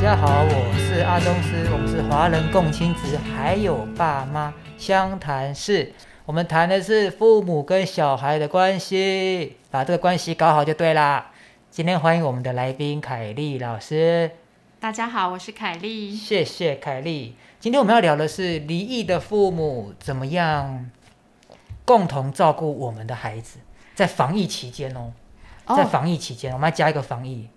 家好，我是阿宗师，我们是华人共亲子，还有爸妈相谈室。我们谈的是父母跟小孩的关系，把这个关系搞好就对啦。今天欢迎我们的来宾凯丽老师，大家好，我是凯莉。谢谢凯丽。今天我们要聊的是离异的父母怎么样共同照顾我们的孩子，在防疫期间哦，在防疫期间，我们要加一个防疫，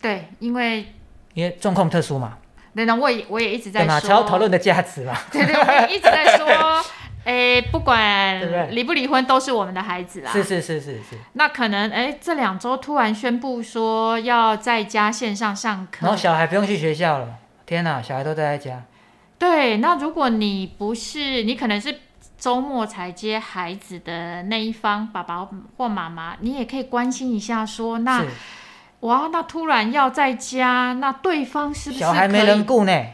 对，因为因为状况特殊嘛，等等，我也我也一直在对吗？说，才有讨论的价值嘛。对对，我也一直在 说， 哎，对不不对管离不离婚，都是我们的孩子啦。是是是是是，那可能哎，这两周突然宣布说要在家线上上然后课，小孩不用去学校了，天哪，小孩都待在家，对。那如果你不是，你可能是周末才接孩子的那一方，爸爸或妈妈，你也可以关心一下说，那是哇，那突然要在家，那对方是不是小孩没可以人顾呢，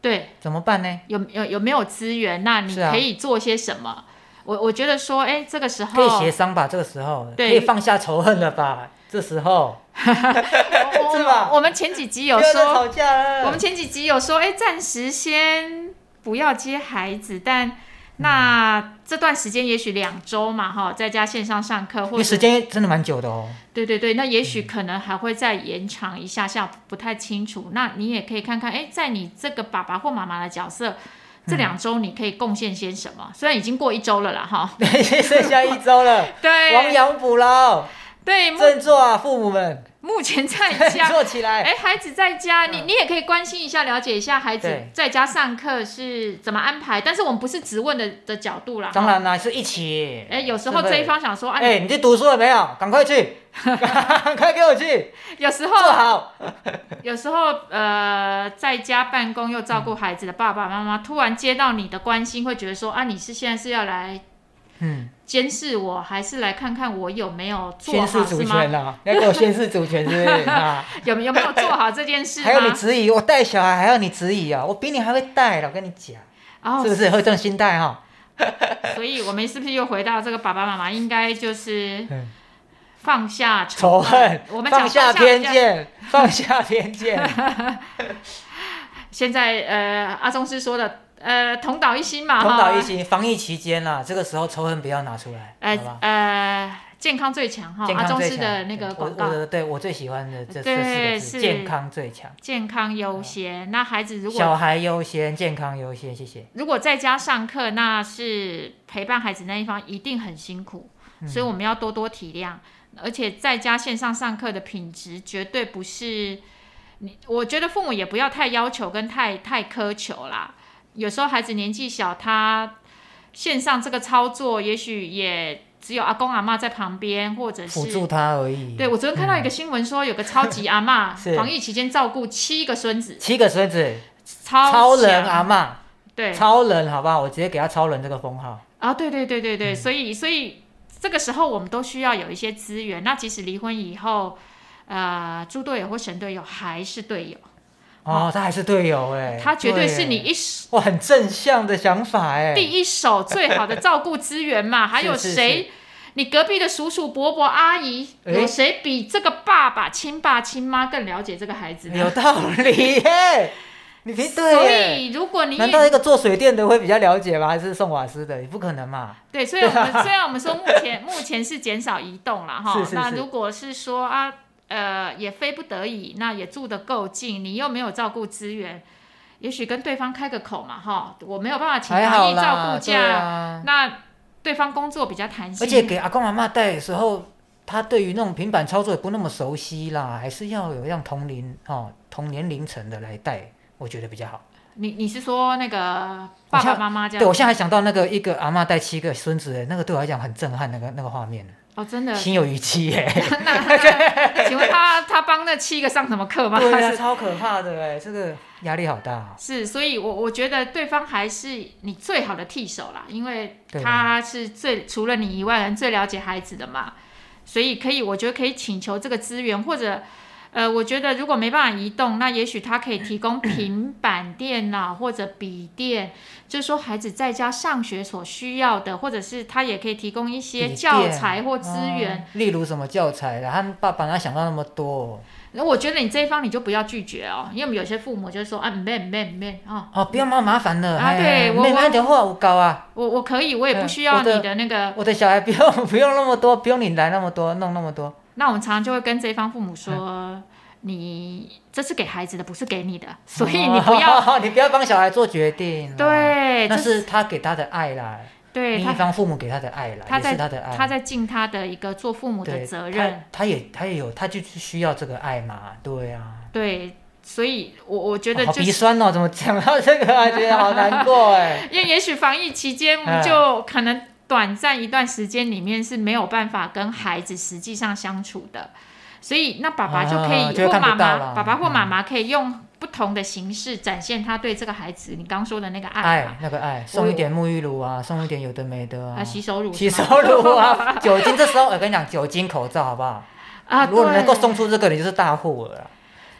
对？怎么办呢？有有有没有资源？那你是啊可以做些什么？我我觉得说，哎、这个时可候以协商吧，这个时候可对以放下仇恨了吧？这时候我我是吧我们前几集有不要再说，吵架了，我们前几集有说，哎、暂时先不要接孩子，但嗯那这段时间也许两周嘛，哈，在家线上上课，因或为者时间嗯真的蛮久的哦， 对对对，那也许可能还会再延长一下下，不太清楚。那你也可以看看，哎，在你这个爸爸或妈妈的角色，嗯这两周你可以贡献些什么？虽然已经过一周了啦，哈，剩下一周了， 对，亡羊补牢，对，目振作啊，父母 们，目前在 家，做起来。哎，孩子在家，你你也可以关心一下，了解一下孩子对在家上课是怎么安排。但是我们不是只问的的角度啦，当哈，然啦，是一起。哎，有时是候不是这一方想说啊，哎，你去读书了没有？赶快 去，赶快给我去，有时做候好。有时候呃，在家办公又照嗯顾孩子的爸爸妈妈，突然接到你的关心，会觉得说啊，你是现在是要来嗯，监视我，还是来看看我有没有做宣好誓是主吗？权啊，要给我宣誓主权是 不是啊？有有没有做好这件事 吗？还要你质疑，我带小孩还要你质疑啊？我比你还会带了，我跟你讲，哦是不是会有这种心态哈？所以我们是不是又回到这个爸爸妈妈应该就是嗯放下仇恨， 我们讲放下偏。见， 放下偏见， 现在呃，阿宗师说的呃，同道一心嘛，同道哈一。心。防疫期间啦，这个时候仇恨不要拿出来，好呃吧？呃，健康最强哈，健阿康宗最师强的那个我广我告，的对我最喜欢的这这四个对字，是健康最强，健康优先。那孩子如小果孩优先，健康优先，谢谢。如果在家上课，那是陪伴孩子那一方一定很辛苦，嗯所以我们要多多体谅。而且在家线上上课的品质绝对不是你，我觉得父母也不要太要求跟太太苛求啦。有时候孩子年纪小，他线上这个操作也许也只有阿公阿妈在旁边，或者辅是助他而已。对，我昨天看到一个新闻说，有个超级阿妈嗯是防疫期间照顾七个孙子，七个孙子，超超人啊强阿嬷，对超人，好不好？我直接给他超人这个封号。啊，对对对对嗯对，所以所以这个时候我们都需要有一些资源。那即使离婚以后，呃，猪队友或神队友还是队友，哦，他还是队友哎，他绝对是你耶一手哇，很正向的想法哎。第一手最好的照顾资 源嘛。还有是哎是谁？你隔壁的叔叔、伯伯、阿姨，诶有谁比这个爸爸、亲爸、亲妈更了解这个孩子呢？有道理 耶，你别所对耶。以，如果你难道一个做水电的会比较了解吗？还是送瓦斯的？也不可能嘛。对，虽然我们虽然我们说目前目前是减少移动了哈是，是那是如果是说啊，呃，也非不得已，那也住得够近，你又没有照顾资源，也许跟对方开个口嘛哈，我没有办法请还好劳逸啦照，顾对假，啊。那对方工作比较弹性，而且给阿公阿妈带的时候，他对于那种平板操作也不那么熟悉啦，还是要有让同龄哦同年龄层的来带，我觉得比较好。你你是说那个我爸现爸在妈妈这对，我样现在还想到那个一个阿嬷带七个孙子耶，那个对我来讲很震撼，那个那个画面，哦，真的？心有余悸耶。 那 那请问他他帮那七个上什么课吗？对还啊，是超可怕的哎，这个压力好大哦、是，所以我我觉得对方还是你最好的替手啦，因为对啊他是最除了你以外人最了解孩子的嘛，所以可以，我觉得可以请求这个资源，或者呃，我觉得如果没办法移动，那也许他可以提供平板电脑或者笔电，就是说孩子在家上学所需要的，或者是他也可以提供一些笔教电材或资源。哦哦例如什么教材啦，他们爸爸哪想到那么多？那我觉得你这一方你就不要拒绝哦，因为我们有些父母就说啊，唔免唔免唔免啊，哦，不要冒麻烦了。啊哎对我妹我妹的话我搞啊，我我可以，我也不嗯需我要的你的那个。我的小孩不用 不用那么多，不用你来那么多，弄那么多。那我们常常就会跟这一方父母说，嗯你这是给孩子的，不是给你哦的， 所以你 不要、要，你不要帮小孩做决定。，哦对，那这是他给他的爱啦，对另一他方父母给他的爱啦，他也在是他的爱。他在尽他的一个做父母的对责他任，他也他也有，他就是需要这个爱嘛，对啊。对，所以我我觉得哦好就鼻是。酸哦，怎么讲到这个啊？觉得好难过 哎。因为也许防疫期间，我们嗯就可能短暂一段时间里面是没有办法跟孩子实际上相处的，所以那爸爸就可啊以、就或看不妈到嗯妈，啦爸爸或妈妈可以用不同的形式展现他对这个孩子你刚说的那个爱嘛爱那个爱，送一点沐浴乳啊，送一点有的没的啊，啊，洗手乳是洗吗手 乳啊，酒精。这时候我跟你讲，酒精口罩好不好？啊，如果你能够对送出这个，你就是大户了啦，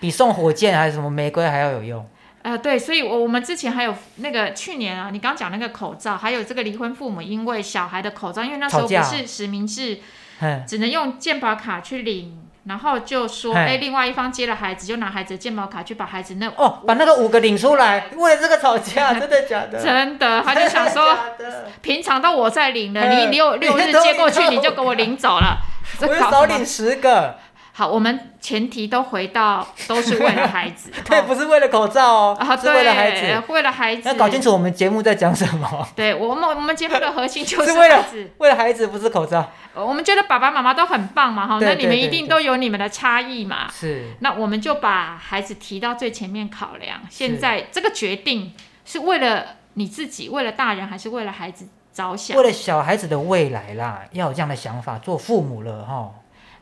比送火箭还是什么玫瑰还要有用。呃，对，所以我我们之前还有那个去年啊，你刚讲那个口罩，还有这个离婚父母因为小孩的口罩，因为那时候吵不架是实名制，哼，只能用健保卡去领，然后就说，嗨哎，另外一方接了孩子，就拿孩子的健保卡去把孩子那，哦，把那个五个领出来，为了这个吵架，真的假的？ 真的，他就想 说，真的平常都我在领了，哎你六你六日都接过领去，到你就给我领 走了，假的，这我就少搞什么哦领？十个，，好，我们前提都回到都是为了孩子 对，哦不是为了口罩啊，哦，是对，为了孩子。为了孩子，要搞清楚我们节目在讲什么，对我们，我们节目的核心就是是为了孩子。为了孩子不是口罩，呃我们觉得爸爸妈妈都很棒嘛，哈，对那对你们对一定都有你们的差异嘛。是那我们就把孩子提到最前面考量。现在这个决定是为了你自己，为了大人，还是为了孩子着想为？了小孩子的未来啦，要有这样的想法，做父母了哈，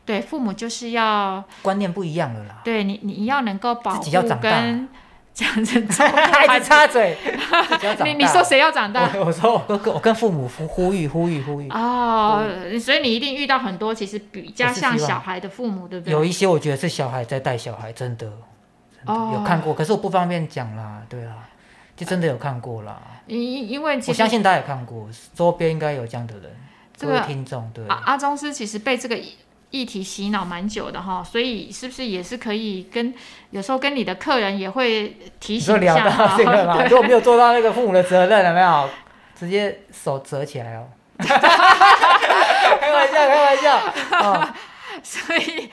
对，父母就是要观念不一样了啦，对你，你要能够保自己要护长大跟这样子照 顾孩孩子子。插 嘴，自己要长大你你说谁要长大？我我说我跟我跟父母呼呼吁呼吁呼吁，哦，所以你一定遇到很多其实比较我是像希望小孩的父母，对不对？有一些我觉得是小孩在带小孩，真的，真的哦有看过，可是我不方便讲啦，对啦，就真的有看过啦，因因为其我实相信大家也看过，周边应该有这样的人，这各个啊位听众，对，阿阿宗师其实被这个议议题洗脑蛮久的哈，所以是不是也是可以跟有时候跟你的客人也会提你醒说一聊下到哈？这个嘛， 对如果没有做到那个父母的责任，有没有？直接手折起来哦。 开玩笑，开玩笑。哦、所以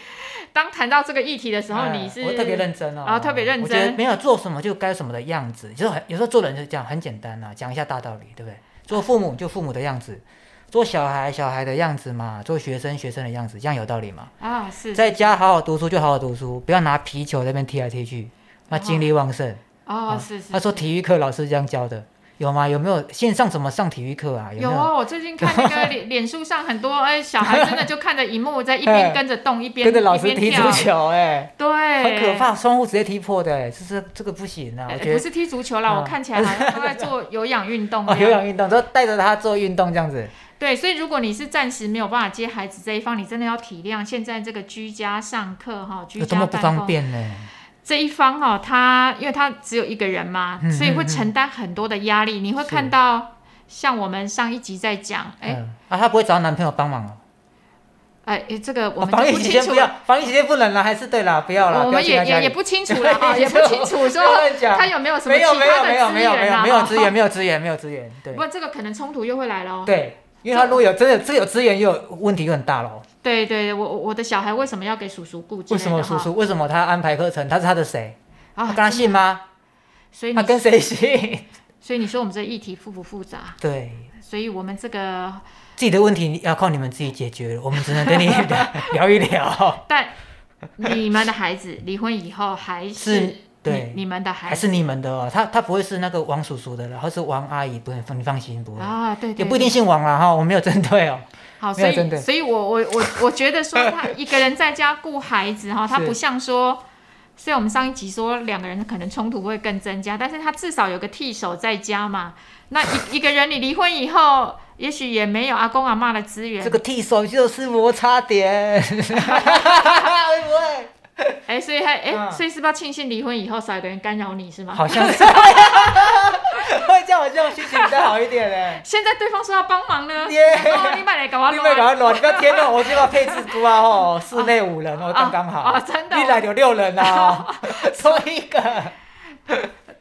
当谈到这个议题的时候，哎你是我特别认真哦，啊特别认真我觉得没有做什么就该什么的样子，就是很有时候做人就是这样，很简单呐、啊讲一下大道理，对不对？做父母就父母的样子，做小孩小孩的样子嘛，做学生学生的样子，这样有道理吗？啊是在家好好读书就好好读书，不要拿皮球在那边踢来踢去，那精力旺盛。哦啊是是他说体育课老师这样教的，有吗？有没有线上怎么上体育课啊？有没有有？啊，我最近看那个脸脸书上很多哎小孩真的就看着荧幕在一边哎跟着动一边 跟着老师一踢边足跳，球、哎，对，很可。怕，窗户直接踢破的、哎，这是这个不行啊！哎我不觉得是踢足球啦，嗯我看起来好像都在做有氧运动 哦，那样。有氧运动，都带着他做运动这样子，对，所以如果你是暂时没有办法接孩子这一方，你真的要体谅现在这个居家上课哈，居有家多么办不公方便呢、这一方哦，他因为他只有一个人嘛，嗯所以会嗯嗯承担很多的压力。你会是看到，像我们上一集在讲，哎嗯，啊，他不会找男朋友帮忙哦。哎，哎这个我哦们防就疫不期清间楚不要，防疫期间不能了，还是对啦，不要啦，我不要们去他也家也里也不清楚了哈，也不清楚不要说乱讲他有没有什么没其有没有他没的有资没有没源有啊，没有哈资源没有资源没有资源，对不然这个可能冲突又会来了。对，因为他如果有真的这有资源，又有问题又很大喽。对对，我我我的小孩为什么要给叔叔顾之为类什的哈？么叔叔？为什么他安排课程？他是他的谁？他啊跟？他姓吗？所以他你跟谁姓？所以你说我们这议题复不复杂？对，所以我们这个自己的问题要靠你们自己解决，我们只能跟你聊聊一聊。但你们的孩子离婚以后还是是对你你们的孩还子是你们的哦，他他不会是那个王叔叔的了，或是王阿姨，不会，你放心，不会，啊，对也对不一对定姓王啦哈，我没有针对哦。好，没所有以针对所以我我我我觉得说他一个人在家顾孩子哈，他是不像说。虽然我们上一集说两个人可能冲突会更增加，但是他至少有个替手在家嘛。那一一个人你离婚以后，也许也没有阿公阿妈的资源这，个替手就是摩擦 点，会不会？哎、所以还哎、嗯 所以是不是要庆幸离婚以后少一个人干扰你是吗？好像是。会这样，我这种心情比较好一点嘞。现在对方说要帮忙呢，耶哦，你买来搞我你别搞乱，你不要天哪！我这个配置多啊吼，室内五人哦，刚刚哦好哦。真的哦你来有六人啦， 多一个。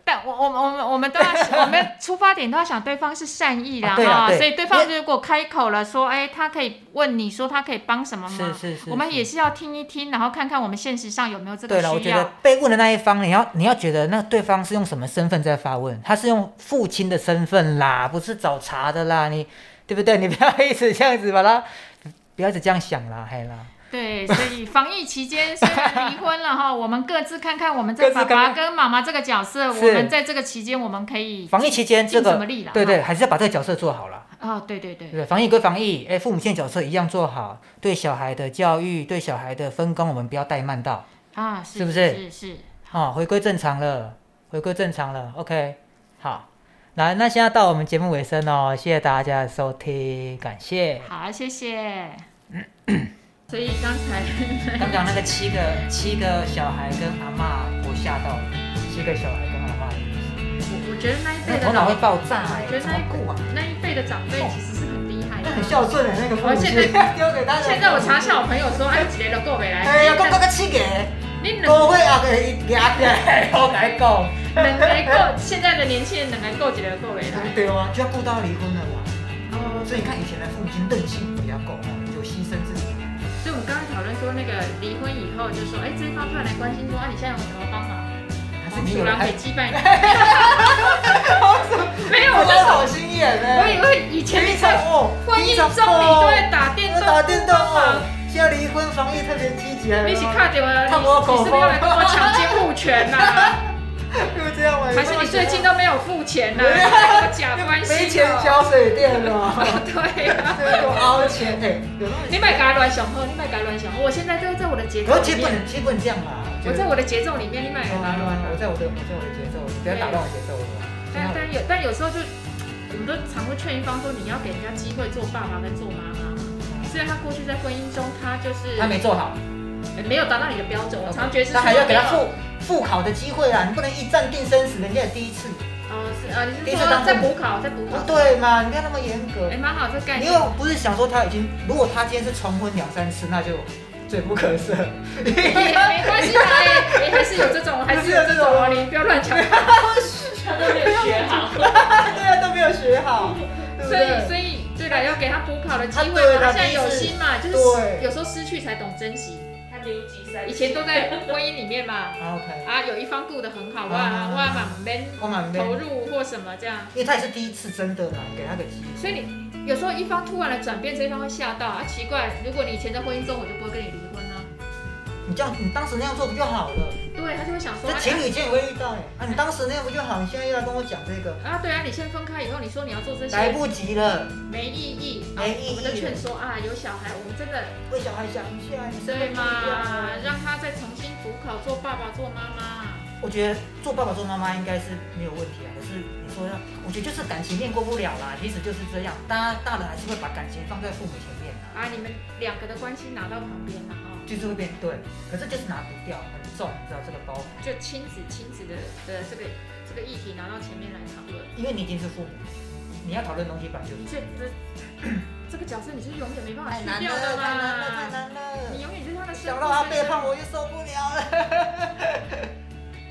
但我我们我们我们都要， 我们出发点都要想对方是善意的啊对啦哈，对所以对方如果开口了说，哎，他可以问你说他可以帮什么是吗？是是。我们也是要听一听，然后看看我们现实上有没有这个对了，我需觉得要。被问的那一方，你要你要觉得那对方是用什么身份在发问？他是用父亲的身份啦，不是找茬的啦，你对不对？你不要一直这样子把他，不要一直这样想啦，嘿啦。对，所以防疫期间虽然离婚了 哈，我们各自看看我们各这自爸看爸看跟妈妈这个角色，是我们在这个期间我们可以防疫期间这尽什么个，力了？对对，哈还是要把这个角色做好啦。啊，对对对，对不对？防疫归防疫，哎，父母亲的角色一样做好，对小孩的教育，对小孩的分工，我们不要怠慢到啊，是是不是是是是啊、回归正常了，回归正常了，OK，好，来，那现在到我们节目尾声哦，谢谢大家的收听，感谢。好，谢谢。所以刚才 刚刚那个七个七个小孩跟阿嬷，我吓到了，七个小孩跟阿嬷的故事，我我觉得那一那辈头的脑老会爆炸哎、觉得怎么那一顾啊？那一辈的长辈其实是很厉害那很的。孝顺的、那个父母亲，而且丢给他的。现在我查一下我朋友说，哎，几个都够没来。哎呀，讲到个七个。你能我会啊，给伊夹起来，我甲你讲，能来够，现在的年轻人能来够几个够没来？对啊，就要顾到离婚了啦。哦，所以你看以前的父母亲任性比较够，有牺牲自己。所以我们刚刚讨论说，那个离婚以后就说，哎，这一方突然来关心说，啊，你现在有什么帮忙？还是黄你有鼠 哎狼还给击 败你？没有，我我就真好心眼呢。我以为以前非常在哦，会议中你都会打电动打电动帮哦。忙现在离婚防疫特别积极，你一起看着看我我，口你是不是要来跟我抢监护权啊呐、 又这样吗？还是你最近都都没有付 钱呐、你还跟我假关系、哦没钱交水电 了，对啊，这个凹钱哎，有那你买给他乱想后，你买给他乱想后，我现在都在我的节哎可是奏其实里不面，能，其实不能这嗯样啦。我在我的节奏里面，你买给他乱我在我的我在我的节奏，你不要打乱我节奏但了。但有但有时候就，我们都常会劝一方说，你要给人家机会做爸爸跟做妈妈嘛。虽然他过去在婚姻中，他就嗯是他没做好，没有达到你的标准，我常觉得是他还要给他说复复考的机会啦，啊你不能一战定生死，人家也第一次，哦是啊，你第是一次说当在补考，在补考不，对嘛？你不要那么严格哎，，蛮好这概你念。又不是想说他已经，如果他今天是重婚两三次，那就罪不可赦。 也没关系的，哎、哎还是有这种，还是有这种哦，你不要乱讲。他都没有学好，对啊，都没有学好，对不所以对？所以对了，要给他补考的机会他对嘛，他他现在有心嘛，就是对有时候失去才懂珍惜。他留级三，以前都在婚姻里面嘛，啊 OK，啊，有一方顾得很好，哇啊哇满 man 我满投分，入或什么这样，因为他也是第一次，真的嘛，给他个机会。所以你有时候一方突然的转变，这一方会吓到啊，奇怪，如果你以前在婚姻中，我就不会跟你离婚啊。你这样，你当时那样做不就好了？对他就会想说，这啊情侣间也会遇到哎、啊，你当时那样不就好？你现在又来跟我讲这个，啊，对啊，你先分开以后，你说你要做这些，来不及了，没意义，啊没意义我们都劝说啊，有小孩，我们真的为小孩想一下，你对嘛吗？，让他再重新补考做爸爸做妈妈。我觉得做爸爸做妈妈应该是没有问题啊，可是你说要，我觉得就是感情面过不了啦，其实就是这样，大家大人还是会把感情放在父母前面啊，啊，你们两个的关系拿到旁边了啊、就是会变对，可是就是拿不掉，很重，你知道这个包袱，就亲子亲子的的这个这个议题拿到前面来讨论，因为你已经是父母，你要讨论东西本来就是这这 这个角色你是永远没办法太哎去难掉了，的太难了，太嘛，难了你。永远是他的生想活到他先背生叛我，就受不了了。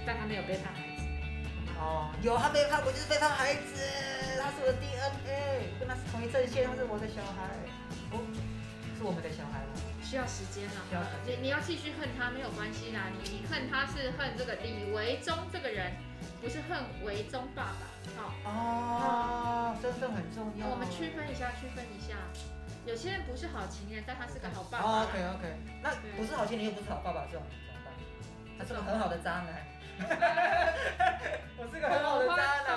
但他没有背叛孩子。哦，有他背叛我就是背叛孩子，他是我的 DNA，跟他是同一阵线，他是我的小孩，哦，是我们的小孩吗？需要时间需要啦时，你你要继续恨他没有关系啦，你你恨他是恨这个李维忠这个人，不是恨维忠爸爸。好、哦，身份很重要。我们区分一下，区分一下。有些人不是好情人，但他是个好爸爸。哦、OK OK，那不是好心人又不是好爸爸，这种怎么办？他是个很好的渣男。 我是个很好哦的渣男。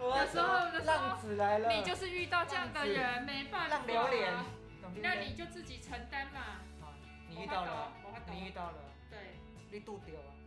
我有时候有时候浪子来了，哦你就是遇到这样的人，没办法。啊浪流连。懂不懂那你就自己承担嘛。哦你遇到了，我懂，我懂你遇到了，对。你度丢啊。